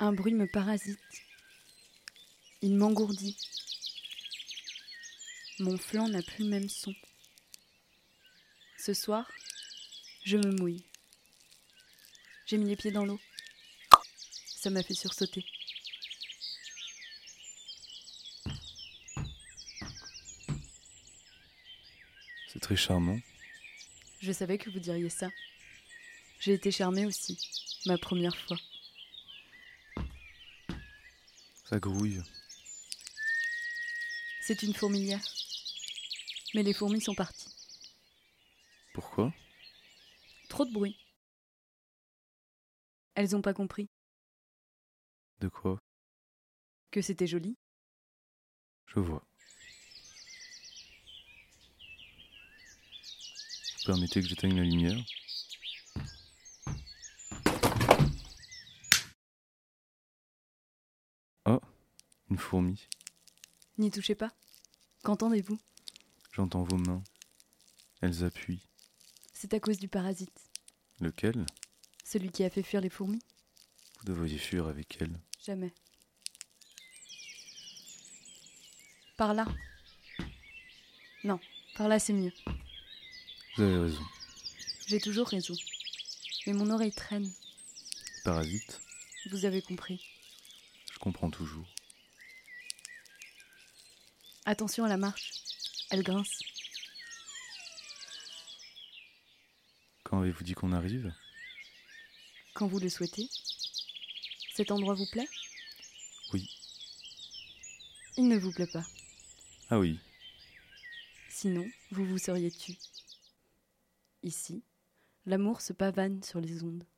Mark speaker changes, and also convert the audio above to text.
Speaker 1: Un bruit me parasite. Il m'engourdit. Mon flanc n'a plus le même son. Ce soir, je me mouille. J'ai mis les pieds dans l'eau. Ça m'a fait sursauter.
Speaker 2: C'est très charmant.
Speaker 1: Je savais que vous diriez ça. J'ai été charmée aussi, ma première fois.
Speaker 2: Ça grouille.
Speaker 1: C'est une fourmilière. Mais les fourmis sont parties.
Speaker 2: Pourquoi
Speaker 1: Trop de bruit. Elles n'ont pas compris
Speaker 2: De quoi
Speaker 1: que c'était joli.
Speaker 2: Je vois. Vous permettez que j'éteigne la lumière Ah, une fourmi.
Speaker 1: N'y touchez pas. Qu'entendez-vous
Speaker 2: J'entends vos mains. Elles appuient.
Speaker 1: C'est à cause du parasite,
Speaker 2: Lequel
Speaker 1: celui qui a fait fuir les fourmis.
Speaker 2: Vous devriez fuir avec elles.
Speaker 1: Jamais. Par là. Non, par là c'est mieux.
Speaker 2: Vous avez raison.
Speaker 1: J'ai toujours raison. Mais mon oreille traîne,
Speaker 2: Parasite,
Speaker 1: vous avez compris.
Speaker 2: je comprends toujours.
Speaker 1: Attention à la marche, elle grince.
Speaker 2: Quand avez-vous dit qu'on arrive
Speaker 1: Quand vous le souhaitez. Cet endroit vous plaît
Speaker 2: Oui.
Speaker 1: Il ne vous plaît pas.
Speaker 2: Ah oui,
Speaker 1: Sinon, vous vous seriez tu. Ici, l'amour se pavane sur les ondes.